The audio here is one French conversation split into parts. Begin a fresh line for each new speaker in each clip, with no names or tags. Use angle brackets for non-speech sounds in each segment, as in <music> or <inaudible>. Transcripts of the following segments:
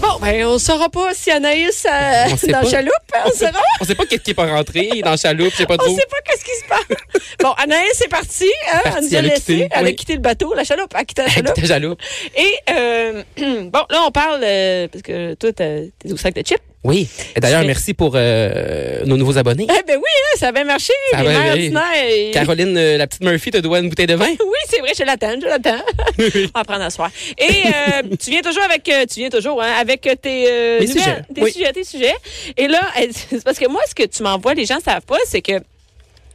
Bon, ben, on saura pas si Anaïs euh,
On sait
dans
pas.
Chaloupe. On
<laughs>
saura.
On sait pas qui est- qui est pas rentré dans la chaloupe, je sais pas
On
trop.
sait pas qu'est-ce qui se passe. Bon, Anaïs est partie. Hein,
Partie,
elle nous a
elle a
laissé.
quitté,
elle a
oui.
quitté le bateau. La chaloupe a quitté la
Avec
chaloupe.
ta chaloupe.
Et euh, <clears throat> bon, là, on parle, euh, parce que toi, t'as- t'es au sac de chips. <laughs>
Oui. Et d'ailleurs,
Je-
merci pour euh, nos nouveaux abonnés.
Eh ben oui, hein, ça avait marché.
Ça
les
avait-
mères ordinaires, ils-
Caroline, euh, la petite Murphy, te doit une bouteille de vin.
<laughs> Oui, c'est vrai, je l'attends, je l'attends. <laughs> on va prendre un soir. Et euh, <laughs> tu viens toujours avec, euh, tu viens toujours hein, avec euh, tes, euh,
Mes
nouvelles,
sujets,
tes
oui.
sujets, tes sujets. Et là, <laughs> elle- c'est parce que moi, ce que tu m'envoies, les gens savent pas, c'est que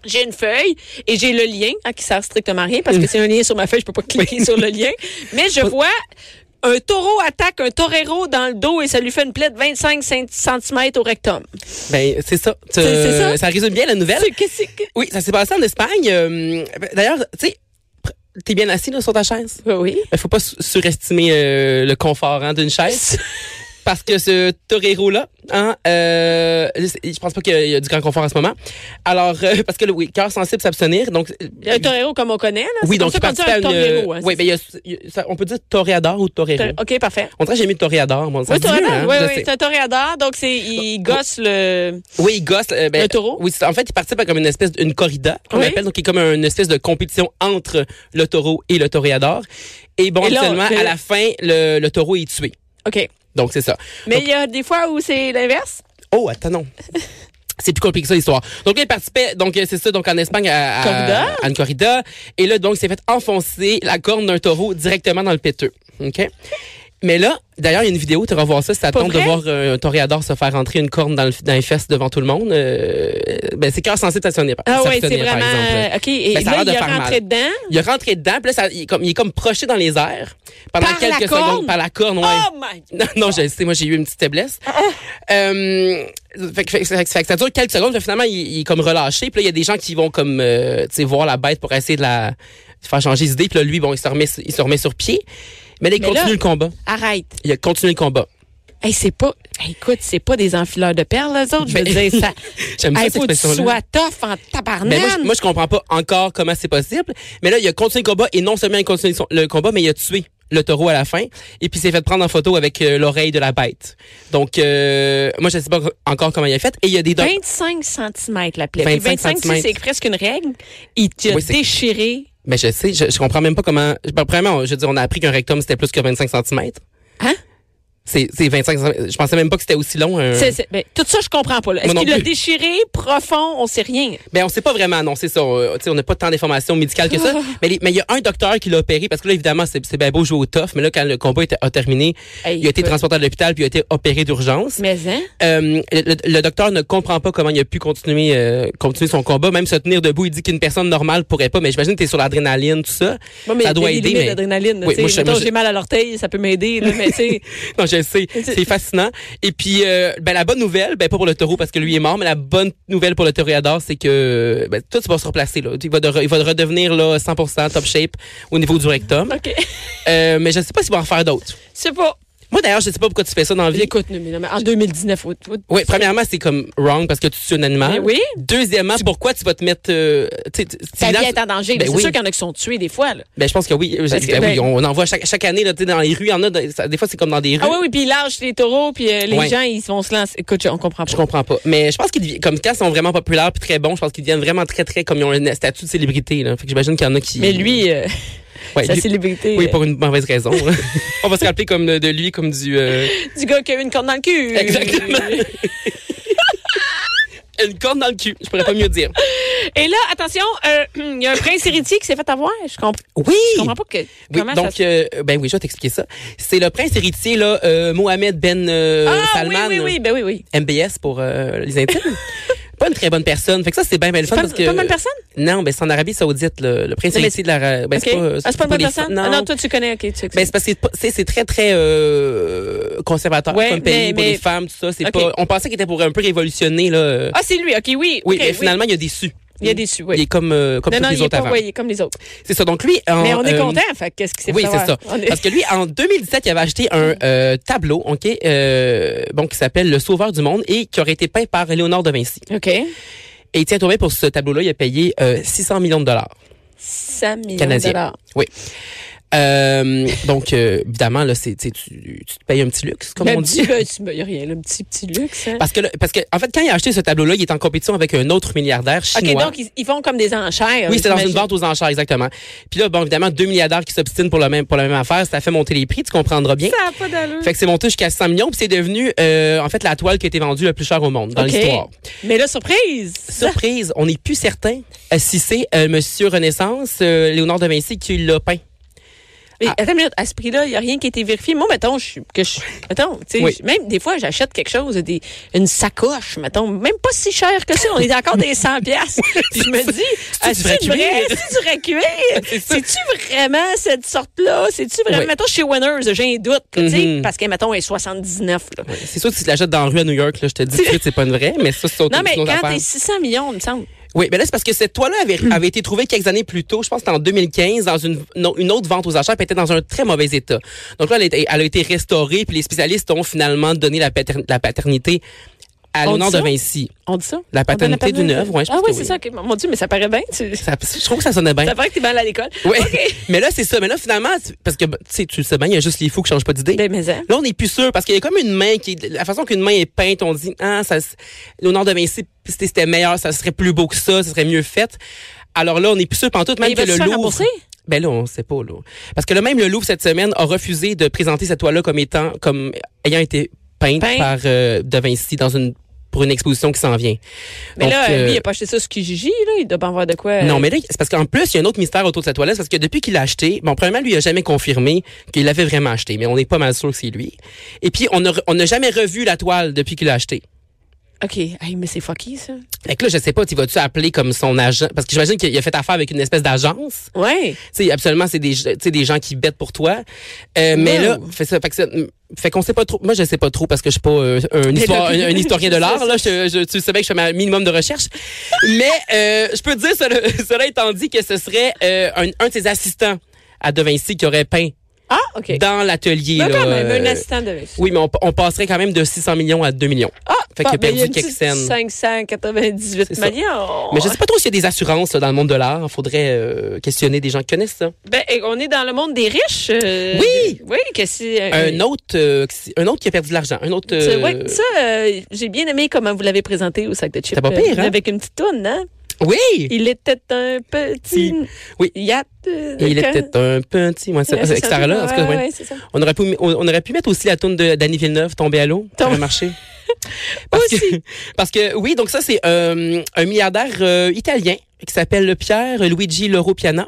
j'ai une feuille et j'ai le lien hein, qui sert strictement à rien parce que c'est un lien sur ma feuille, je peux pas cliquer sur le
<laughs>
lien. Mais je vois. Un taureau attaque un torero dans le dos et ça lui fait une plaie de 25 cm au rectum.
Ben, c'est ça. Tu-
C'est- c'est ça.
résume bien la nouvelle.
C'est- qu'est-ce que-
Oui, ça s'est passé en Espagne. euh, d'ailleurs, tu sais, pr- t'es bien assis là, sur ta chaise.
Oui.
Il faut pas su- surestimer euh, le confort hein, d'une chaise. Parce que ce torero-là, hein, euh, je pense pas qu'il y a du grand confort en ce moment. Alors, euh, <laughs> parce que le oui, cœur sensible s'abstenir, donc... euh,
Un torero comme on connaît, là. c'est
oui, donc
comme ça qu'on dit un
participes à une-
torero. hein,
oui,
c'est
ben, il y a- il y a- ça- on peut dire toréador ou torero.
ça. OK, parfait.
On dirait que j'ai mis toréador. Moi, ça
Oui,
se dit mieux,
toréador.
hein, Oh,
oui,
je
oui,
sais.
c'est un toréador. Donc, c'est, il gosse le.
Oui, il gosse. euh, ben,
Un taureau?
Oui, c'est- en fait, il participe à comme une espèce d'une corrida, qu'on
Oui.
appelle, donc qui est comme une espèce de compétition entre le taureau et le toréador. Et bon,
Et là, euh,
habituellement,
le-
à la fin, le, le taureau est tué.
OK.
Donc, c'est ça.
Mais il y a des fois où c'est l'inverse.
Oh,
<laughs>
attends, non. C'est plus compliqué que ça, l'histoire. Donc, là, il participait, donc, euh, c'est ça, donc, en Espagne, à, à-
Corrida.
à une corrida. Et là, donc, il s'est fait enfoncer la corne d'un taureau directement dans le péteux. OK? Mais là, d'ailleurs, il y a une vidéo, tu vas voir ça, si ça
Pas
tente de
vrai?
voir euh, un toréador se faire entrer une corne dans, le, dans les fesses devant tout le monde. euh, ben, c'est quand censé s'abstenir, par-
Ah ouais, c'est
s'abstenir, par
vraiment.
exemple.
OK. Et
Ben, ça a
là,
l'air de
il est
faire mal.
rentré dedans.
Il est rentré dedans, puis là, ça- il, est comme, il est comme projeté dans les airs pendant
Par la
quelques
corne?
secondes par la corne. Ouais.
Oh my
Non, <laughs> non, je le sais, moi j'ai eu une petite faiblesse. Euh, fait, que- fait que- fait que ça dure quelques secondes, puis finalement il, il est comme relâché, puis là il y a des gens qui vont comme euh, tu sais, voir la bête pour essayer de la de faire changer d'idée, puis là lui bon il se remet il se remet sur pied, mais là, il
Mais
continue
là-
le combat.
Arrête.
Il a continué le combat.
Hey, c'est pas. Hey, écoute, c'est pas des enfileurs de perles, les autres. Je veux
Ben-
dire, ça.
<laughs> J'aime ça
Hey,
cette
faut que tu
expression
sois
là.
tough en tabarnak.
Mais moi, je- moi je comprends pas encore comment c'est possible, mais là il a continué le combat et non seulement il a continué son- le combat mais il a tué le taureau à la fin et puis il s'est fait prendre en photo avec euh, l'oreille de la bête. Donc euh, moi je sais pas encore comment il a fait et il y a des dents-
25 cm la plaie. 25,
25
25 tu sais, c'est presque une règle. Il t'a
Oui, c'est-
déchiré.
Mais Ben, je sais, je, je comprends même pas comment. je- ben, Premièrement, je veux dire, on a appris qu'un rectum c'était plus que 25 cm.
Hein?
C'est c'est 25 cm. Je pensais même pas que c'était aussi long. un-
C'est- c'est- ben, tout ça, je comprends pas. là. Est-ce
Euh. Moi non
qu'il l'a
plus.
déchiré profond? On sait rien.
Ben, on sait pas vraiment, non, c'est ça. On euh, tu sais, on n'a pas tant d'informations médicales
<laughs>
que ça. mais les- mais il y a un docteur qui l'a opéré parce que là, évidemment, c'est c'est bien beau jouer au tough, mais là, quand le combat était- a terminé,
Hey,
il a été
écoute.
transporté à l'hôpital puis il a été opéré d'urgence.
Mais, hein?
Euh, le, le docteur ne comprend pas comment il a pu continuer euh, continuer son combat, même se tenir debout. Il dit qu'une personne normale pourrait pas, mais j'imagine que t'es sur l'adrénaline, tout ça.
Bon, mais
ça doit
il y a des
aider,
limites
mais-
d'adrénaline, là,
Oui,
tu sais.
moi, je-
Mettons,
moi, je-
j'ai mal à l'orteil, ça peut m'aider, là, mais tu sais,
<laughs> Non, je le sais, c'est fascinant. Et puis, euh, ben, la bonne nouvelle, ben, pas pour le taureau parce que lui est mort, mais la bonne nouvelle pour le toréador, c'est que ben, tout va se replacer. Là. Il, va de re- il va redevenir là, 100% top shape au niveau du rectum.
<laughs> OK.
Euh, mais je sais pas s'il va en faire d'autres.
C'est pas.
Moi, d'ailleurs, je sais pas pourquoi tu fais ça dans la vie.
Écoute, non, mais non, mais en 2019, au- au-
Oui, premièrement, c'est comme wrong parce que tu tues un animal.
Mais Ben Eh oui.
Deuxièmement, pourquoi tu vas te mettre... euh, tu sais, tu- c'est
ta vie
évident-
est en danger.
Ben
mais c'est
oui.
sûr qu'il y en a qui sont tués des fois. là.
Ben, je pense que oui.
Parce que-
Ben oui,
ben-
on en voit chaque, chaque année là, tu sais, dans les rues. Il y en a, dans- ça- des fois, c'est comme dans des rues.
Ah oui, oui, puis ils lâchent les taureaux, puis euh, les
Ouais.
gens, ils vont se lancer. Écoute, je- on comprend pas.
Je comprends pas. Mais je pense qu'ils deviennent, comme quand ils sont vraiment populaires puis très bons, je pense qu'ils deviennent vraiment très, très, comme ils ont un statut de célébrité, là. Fait que j'imagine qu'il y en a qui.
Mais lui, euh,
Ouais,
sa
lui-
célébrité,
Oui,
euh,
pour une
<laughs>
mauvaise raison. On va se rappeler comme de, de lui, comme du, euh,
du gars qui a eu une corne dans le cul.
Exactement. une corne dans le cul. Je pourrais pas mieux dire.
Et là, attention, euh, <clears throat> il y a un prince héritier qui s'est fait avoir. Je comprends,
Oui!
je comprends pas que,
Oui,
comment ça
donc,
se
euh, ben oui, je vais t'expliquer ça. C'est le prince héritier, là, euh, Mohamed Ben euh,
Ah oui,
Salman.
oui, oui, ben oui, oui.
MBS pour euh, les
<laughs>
intimes. pas une très bonne personne. Fait que ça, c'est bien, bien le fun
Pas, euh,
parce que.
pas une bonne personne?
Non, ben c'est en Arabie Saoudite, le, le prince
Non, mais
héritier de la. Ben,
OK. Ah, c'est pas une bonne
des-
personne? Ah
Non,
Non, toi, tu connais. OK, tu
Ben, c'est parce que c'est pas- c'est c'est très, très euh, conservateur
Ouais,
comme pays
mais-
pour
mais-
les femmes, tout ça. C'est
Ok.
pas. On pensait qu'il était pour un peu révolutionner là. euh,
Ah, c'est lui, OK, oui.
oui,
ok,
mais finalement il a déçu.
Il a déçu, oui.
Il est comme euh, comme
non,
tous
non,
les
il est
autres
pas
avant.
ouais, il est comme les autres.
C'est ça. Donc lui. en,
mais on est
euh,
content, fait que qu'est-ce qui s'est
Oui,
fait
c'est
avoir?
ça.
On est-
<laughs> Parce que lui, en 2017, il avait acheté un euh, tableau, OK, euh, bon, qui s'appelle Le Sauveur du Monde et qui aurait été peint par Léonard de Vinci.
OK.
Et tiens, tombé pour ce tableau-là, il a payé euh, 600 millions de dollars
100 millions
canadiens.
de dollars.
Oui. Euh, donc, euh, évidemment, là, c'est, tu, sais, tu tu te payes un petit luxe, comme
Ben, <laughs>
on
petit,
dit.
ben, tu- ben, y a rien, le petit, petit luxe. hein.
Parce que, là- parce que, en fait, quand il a acheté ce tableau-là, il est en compétition avec un autre milliardaire
OK,
chinois.
donc, ils, ils font comme des enchères.
Oui, c'est dans une
j'imagine.
vente aux enchères, exactement. Puis là, bon, évidemment, deux milliardaires qui s'obstinent pour la même, pour la même affaire, ça fait monter les prix, tu comprendras bien.
Ça n'a pas d'allure.
Fait que c'est monté jusqu'à 100 millions, puis c'est devenu, euh, en fait, la toile qui a été vendue le plus cher au monde dans
OK.
l'histoire.
Mais là, surprise!
Surprise, on n'est plus certain euh, si c'est euh, Monsieur Renaissance, euh, Léonard de Vinci, qui l'a peint.
Mais
Ah.
attends une minute, à ce prix-là, il n'y a rien qui a été vérifié. Moi, mettons, je suis- que je, mettons, tu sais,
Oui.
je- même des fois, j'achète quelque chose, des, une sacoche, mettons, même pas si cher que ça. On est encore des 100 <laughs> piastres. Puis je me dis,
c'est du vrai
c'est-tu vrai?
cuir?
C'est-tu vrai <laughs> cuir? C'est-tu vraiment cette sorte-là? C'est-tu vraiment?
Oui.
Mettons, chez Winners, j'ai un doute, là, tu sais,
Mhm.
parce que, mettons, elle est 79, là.
C'est sûr que si tu l'achètes dans la rue à New York, là, je te dis tout de suite, c'est pas une vraie, mais ça,
<laughs>
c'est autre,
Non, mais
une autre
quand
affaire.
t'es 600 millions, il me semble.
Oui, mais là, c'est parce que cette toile-là avait,
Hmm.
avait été trouvée quelques années plus tôt, je pense que c'était en 2015, dans une, non, une autre vente aux enchères, puis elle était dans un très mauvais état. Donc là, elle a, été- elle a été restaurée, puis les spécialistes ont finalement donné la, pater- la paternité à
On
Léonard
dit
de
ça?
Vinci.
On dit ça?
La
On donne
paternité d'une
paternité.
œuvre, ouais, je
Ah
pense
oui,
que
c'est
oui.
ça. ok. Mon Dieu, mais ça paraît bien. <laughs> Tu... Ça
Ça- je trouve que ça sonnait bien.
paraît que t'es mal à l'école.
Oui.
<laughs> OK.
Mais là, c'est ça. Mais là, finalement, tu- parce que, ben, tu sais, tu le sais bien, il y a juste les fous qui changent pas d'idée.
Ben, mais, hein.
Là, on n'est plus sûr parce qu'il y a comme une main qui, la façon qu'une main est peinte, on dit, ah, ça, se- Léonard de Vinci, c'était c'était meilleur, ça serait plus beau que ça, ça serait mieux fait. Alors là, on n'est plus sûr pantoute, même
Mais il
que
va se
le
faire
Louvre.
rembourser?
Ben là, on sait pas, là. Parce que là, même le Louvre, cette semaine, a refusé de présenter cette toile-là comme étant, comme ayant été peinte
Peinte.
par euh, De Vinci dans une, pour une exposition qui s'en vient.
Mais
Donc,
là,
euh,
lui, il a pas acheté ça sur Kijiji, là. Il doit pas en voir de quoi.
non, mais là, c'est parce qu'en plus, il y a un autre mystère autour de cette toilette. Parce que depuis qu'il l'a acheté, bon, premièrement, lui, il a jamais confirmé qu'il l'avait vraiment acheté, mais on n'est pas mal sûr que c'est lui. Et puis, on n'a on n'a jamais revu la toile depuis qu'il l'a acheté.
OK. Hey, mais c'est fucky, ça.
Fait que là, je sais pas, tu vas-tu appeler comme son agent? Parce que j'imagine qu'il a fait affaire avec une espèce d'agence.
Ouais.
Tu sais, absolument, c'est des, tu sais, des gens qui bêtent pour toi. Euh, Mais
Wow.
là, fait, ça, fait que ça- fait qu'on sait pas trop. Moi, je sais pas trop parce que je suis pas euh, un, histoire-
là- <laughs>
un, un historien de l'art. là. Je, je- tu sais bien que je fais un minimum de recherche. Mais euh, je peux te dire, cela, <laughs> cela étant dit, que ce serait euh, un, un de ses assistants à De Vinci qui aurait peint
Ah, OK.
dans l'atelier.
Ben,
là,
quand même, un
euh,
assistant de
oui, mais on, on passerait quand même de 600 millions à 2 millions.
Ah,
Fait qu'il a
ben,
perdu
il y une
quelques
petite
scènes.
598
C'est ça.
millions.
Mais je sais pas trop s'il y a des assurances là, dans le monde de l'art. Faudrait euh, questionner des gens qui connaissent ça.
Ben, et on est dans le monde des riches. euh,
Oui!
Oui, que c'est. euh,
Un autre, euh, qui- un autre qui a perdu de l'argent. Un autre.
c'est-
euh,
ouais, ça, euh, j'ai bien aimé comment vous l'avez présenté au sac de chips.
C'était pas pire,
euh,
hein?
Avec une petite toune, hein?
Oui.
Il était un petit.
Oui.
Yacht. euh,
Et il
quand-
était un petit, moi, c'est
Ouais, c'est ça,
etc. Là, en tout cas,
ouais,
ouais.
ouais, c'est ça.
On aurait pu, on, on aurait pu mettre aussi la tourne de Danny Villeneuve, tomber à l'eau, ça
<laughs>
aurait marché. Parce que, <laughs> parce que oui, donc ça c'est euh, un milliardaire euh, italien qui s'appelle Pierre Luigi Loro Piana.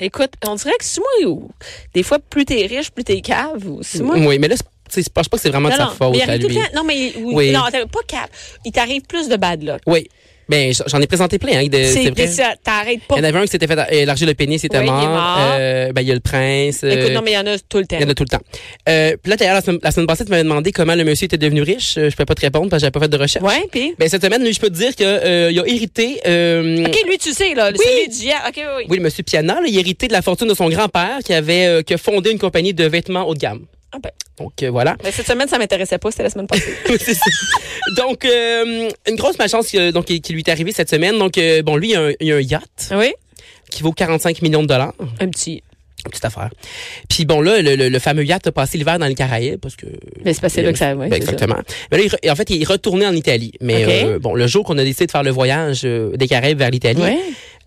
Écoute, on dirait que c'est moi ou des fois plus t'es riche, plus t'es cave ou c'est moi.
Oui, mais là, c'est- tu sais, je pense pas que c'est vraiment de sa faute
mais il
à
arrive tout
lui.
le temps- non mais oui,
Oui.
non, attends, pas cave. Il t'arrive plus de bad luck.
Oui, ben j- j'en ai présenté plein. Hein, de- c'est
C'est
vrai.
c'est ça, t'arrêtes pas.
Il y en avait un qui s'était fait euh, élargir le pénis, c'était
Oui, il est
mort.
mort.
Euh, ben il y a le prince.
Écoute,
euh,
non mais il y en a tout le temps.
Il y en a tout le temps. Euh, puis là, d'ailleurs, la semaine, la semaine passée, tu m'avais demandé comment le monsieur était devenu riche. Euh, Je peux pas te répondre parce que j'avais pas fait de recherche.
Ouais, puis
Ben, cette semaine, lui, je peux te dire que euh, il a hérité. euh,
OK, lui tu sais là, le celui du hier. OK, oui, oui.
Oui, le monsieur Piana, là, il a hérité de la fortune de son grand-père qui avait euh, qui a fondé une compagnie de vêtements haut de gamme.
Ah ben,
Donc euh, voilà. <laughs>
ben, cette semaine ça m'intéressait pas, c'était la semaine passée.
C'est ça. donc euh, une grosse malchance euh, donc qui qui lui est arrivée cette semaine. Donc euh, bon, lui, il a, un, il a un yacht
oui,
qui vaut 45 millions de dollars,
un petit.
petite affaire. Puis bon là, le, le- le fameux yacht a passé l'hiver dans les Caraïbes parce que
Mais c'est passé là que ça ouais,
Ben,
c'est ça.
exactement. Mais là, il re- en fait, il est retourné en Italie. Mais
Ok.
euh, bon, le jour qu'on a décidé de faire le voyage euh, des Caraïbes vers l'Italie,
Ouais.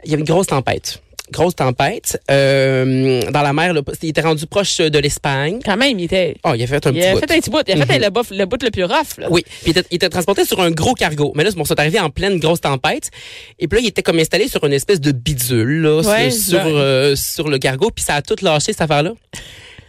il y avait une grosse tempête. Grosse tempête. Euh, dans la mer, là, il était rendu proche de l'Espagne.
Quand même, il était
Oh, il a fait un
il
petit
a
bout. Mm-hmm.
fait un petit bout, il a fait le bof- le bout le plus rough là.
Oui, puis il était, il était transporté sur un gros cargo. Mais là, bon, ils sont arrivés en pleine grosse tempête. Et puis là, il était comme installé sur une espèce de bidule là, sur-
Ouais,
sur,
ouais.
euh, sur le cargo. Puis ça a tout lâché, cette affaire-là.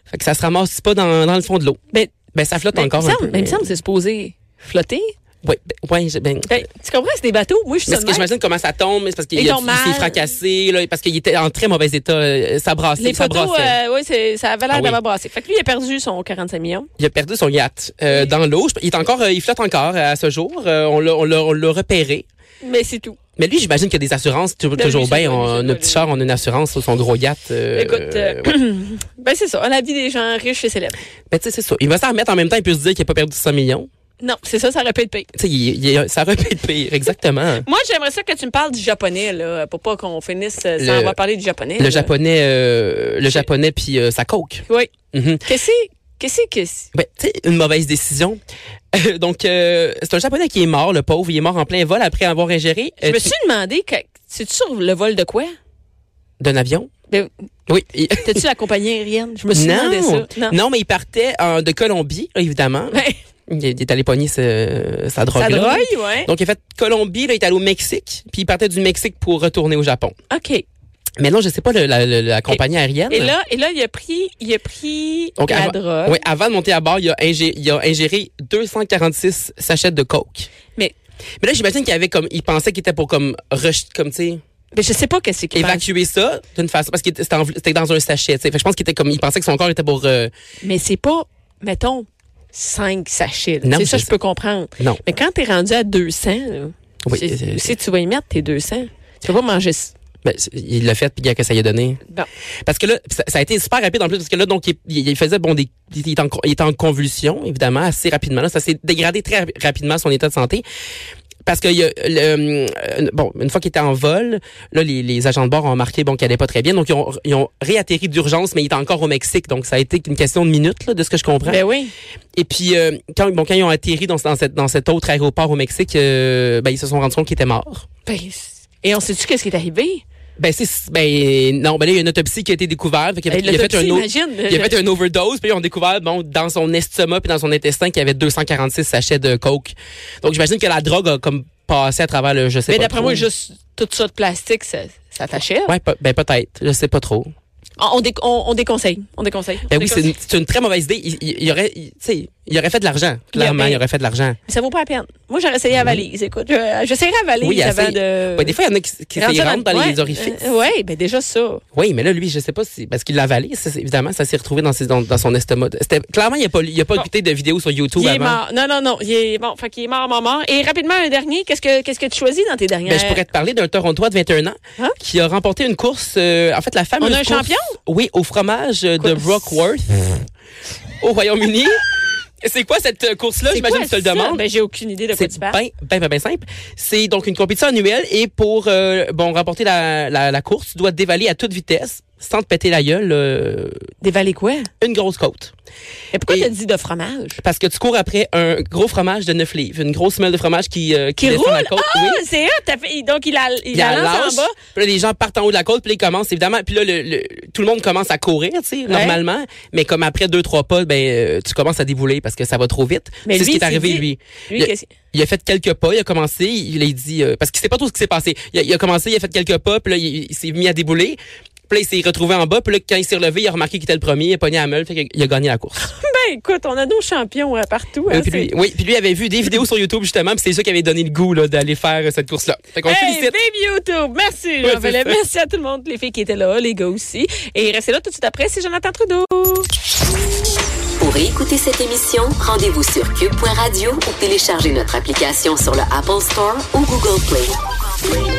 Fait que ça se ramasse pas dans, dans le fond de l'eau.
Ben,
Ben, ça flotte
ben,
encore
il me
un
semble-
peu.
ben, il me semble que c'est supposé flotter.
Ouais, ben, ouais, j'ai- ben,
Ben, tu comprends, c'est des bateaux. Moi, je suis
parce
sur le
que
même.
j'imagine comment ça tombe, mais c'est parce qu'il
Ils
y a-
ont mal.
s'est fracassé, là, parce qu'il était en très mauvais état, euh, ça brassait,
Les
ça
photos,
brassait.
euh, oui, c'est- ça avait l'air
Ah oui.
d'avoir brassé. Fait que lui, il a perdu son 45 millions.
Il a perdu son yacht euh, dans l'eau. Je- Il est encore, euh, il flotte encore euh, à ce jour. Euh, on l'a- on l'a on l'a repéré.
Mais c'est tout.
Mais lui, j'imagine qu'il y a des assurances tu-
Ben,
toujours
lui, c'est
bien.
pas- lui,
On,
c'est
notre
pas
petit
lui.
char, on a une assurance sur son gros yacht. euh,
Écoute, euh,
ouais.
<clears throat> Ben, c'est ça. La vie des gens riches et célèbres.
Mais tu sais, c'est ça. Il va s'en remettre en même temps. Il peut se dire qu'il a pas perdu 100 millions.
Non, c'est ça, ça aurait pu être pire.
Tu sais, il- il- ça répète pire. Exactement.
Moi, j'aimerais ça que tu me parles du japonais, là, pour pas qu'on finisse euh, sans
Le-
avoir parlé du japonais.
Le
là.
japonais, euh, le japonais puis euh, sa coke.
Oui.
Mhm.
Qu'est-ce que Qu'est-ce que c'est?
Ben, tu sais, une mauvaise décision. <laughs> Donc, euh, c'est un japonais qui est mort, le pauvre. Il est mort en plein vol après avoir ingéré
Je
euh,
me suis demandé, que- c'est-tu sur le vol de quoi?
d'un avion.
Ben,
Oui. il-
T'as-tu la compagnie aérienne? <laughs> Je me suis demandé
Non.
ça. <laughs>
Non. mais il partait euh, de Colombie, là, évidemment.
Ben,
Il, il est allé pogner ce- sa drogue.
ça drogue, ouais.
Donc, il a fait Colombie, là, il est allé au Mexique, puis il partait du Mexique pour retourner au Japon.
OK. Et
Mais non, je sais pas le- la, la- la compagnie aérienne.
là, et là, il a pris, il a pris
Donc,
la
avant-
drogue.
Oui, avant de monter à bord, il a, ingé- il a ingéré 246 sachets de coke.
Mais-
mais là, j'imagine qu'il avait comme, il pensait qu'il était pour comme, rejet- comme tu sais,
Ben, je sais pas qu'est-ce qu'il pense.
évacuer ça d'une façon, parce qu'il était, c'était env- c'était dans un sachet. tu sais. Fait que je pense qu'il était comme, il pensait que son corps était pour. euh,
Mais c'est pas, mettons, 5 sachets.
Non,
C'est ça,
je
je peux comprendre.
Non.
Mais quand t'es rendu à 200, là,
Oui,
c'est-
euh,
si tu vas y mettre tes 200, tu vas pas manger... ça.
ben, il l'a fait, puis regarde que ça lui a donné.
Bon.
Parce que là, ça, ça a été super rapide en plus, parce que là, donc, il, il- il faisait, bon, des, il, était en, il était en convulsion, évidemment, assez rapidement. Là, ça s'est dégradé très rap- rapidement, son état de santé. Parce que, il y a le, euh, bon, une fois qu'il était en vol, là, les, les agents de bord ont remarqué, bon, qu'il allait pas très bien. Donc, ils ont, ils ont réatterri d'urgence, mais il était encore au Mexique. Donc, ça a été une question de minutes, là, de ce que je comprends.
Ben oui.
Et puis, euh, quand, bon, quand ils ont atterri dans, ce- dans, cette, dans cet autre aéroport au Mexique, euh, ben, ils se sont rendus compte qu'il était mort.
Ben, c'est- et on sait-tu qu'est-ce qui est arrivé?
Ben, c'est, ben, non, ben là, il y a une autopsie qui a été découverte. Fait qu'il a-
Hey,
il a fait
Euh, l'autopsie,
un autre.
imagine. ben,
Il a fait un overdose, puis ils ont découvert bon, dans son estomac puis dans son intestin qu'il y avait 246 sachets de coke. Donc j'imagine que la drogue a comme passé à travers le je sais
Mais
pas.
d'après
trop.
moi, juste hein? tout ça de plastique, ça, ça t'achève.
Ouais, pe- ben peut-être, je sais pas trop.
On, on dé- on- on déconseille. On déconseille.
Ben
On
oui, c'est
déconseille.
une, c'est une très mauvaise idée. Il, il- il aurait, il- tu sais, il aurait fait de l'argent. Clairement,
ben-
il aurait fait de l'argent.
Mais ça vaut pas la peine. Moi, j'aurais essayé à valise. Écoute, je- j'essaierai à valise
Ben Oui,
avant
essaye.
de.
Ouais, des fois, il y en a qui, qui
Rendu
s'y
à-
rentrent dans
ouais,
les orifices.
euh, ouais, ben déjà ça.
Oui, mais là, lui, je sais pas si parce qu'il l'a avalé. ça, c'est- évidemment, ça s'est retrouvé dans, ses, dans, dans son estomac. C'était clairement, il a pas, il a pas
Bon.
écouté de vidéo sur YouTube
il est
avant.
mort. Non, non, non. Il est bon. Fait qu'il est mort, mort, mort. Et rapidement, un dernier. Qu'est-ce que, qu'est-ce que tu choisis dans tes dernières?
Ben, je pourrais te parler d'un Torontois de 21 ans
Hein?
qui a remporté une course. euh, en fait, la fameuse
On a un
course-
champion?
Oui, au fromage euh,
Quoi?
de Brockworth au Royaume-Uni. C'est quoi cette euh, course-là?
C'est
J'imagine
quoi
que tu le
ça?
demandes.
Ben, j'ai aucune idée de quoi
c'est
tu
bien,
parles.
bien, bien, bien simple. C'est donc une compétition annuelle et pour euh, bon remporter la, la, la course, tu dois dévaler à toute vitesse, sans te péter la gueule, euh,
Dévaler quoi? Et
une grosse côte.
pourquoi
Et-
t'as dit de fromage?
Parce que tu cours après un gros fromage de 9 livres, une grosse semelle de fromage qui, euh,
Qui
descend la
roule?
côte.
Ah,
oui.
c'est hot. T'as fait- Donc, il la, il
Il
la
la
lance en
lâche.
bas.
Puis là, les gens partent en haut de la côte, puis là, ils commencent, évidemment. Puis là, le, le- tout le monde commence à courir, tu sais, normalement. Mais comme après deux, trois pas, ben, euh, tu commences à débouler parce que ça va trop vite.
Mais
C'est
lui,
ce qui
il
est
s'est
arrivé,
dit-
lui.
Lui,
Il-
qu'est-ce-
Il a fait quelques pas, il a commencé, il a dit, euh, parce qu'il sait pas trop ce qui s'est passé. Il a, il a commencé, il a fait quelques pas, puis là, il, il s'est mis à débouler. Puis là, il s'est retrouvé en bas, puis là, quand il s'est relevé, il a remarqué qu'il était le premier, il a pogné à meule, fait qu'il a gagné la course.
Ben, écoute, on a nos champions hein, partout. hein,
Euh, puis
c'est-
lui, oui, puis lui avait vu des vidéos sur YouTube, justement, puis c'est ça qui avait donné le goût, là, d'aller faire euh, cette course-là. Fait qu'on
Hey,
félicite.
vive YouTube! Merci,
Ouais,
jean
c'est ça.
Merci à tout le monde, les filles qui étaient là, les gars aussi. Et restez là tout de suite après, c'est Jonathan Trudeau.
Pour écouter cette émission, rendez-vous sur cube.radio ou téléchargez notre application sur le Apple Store ou Google Play.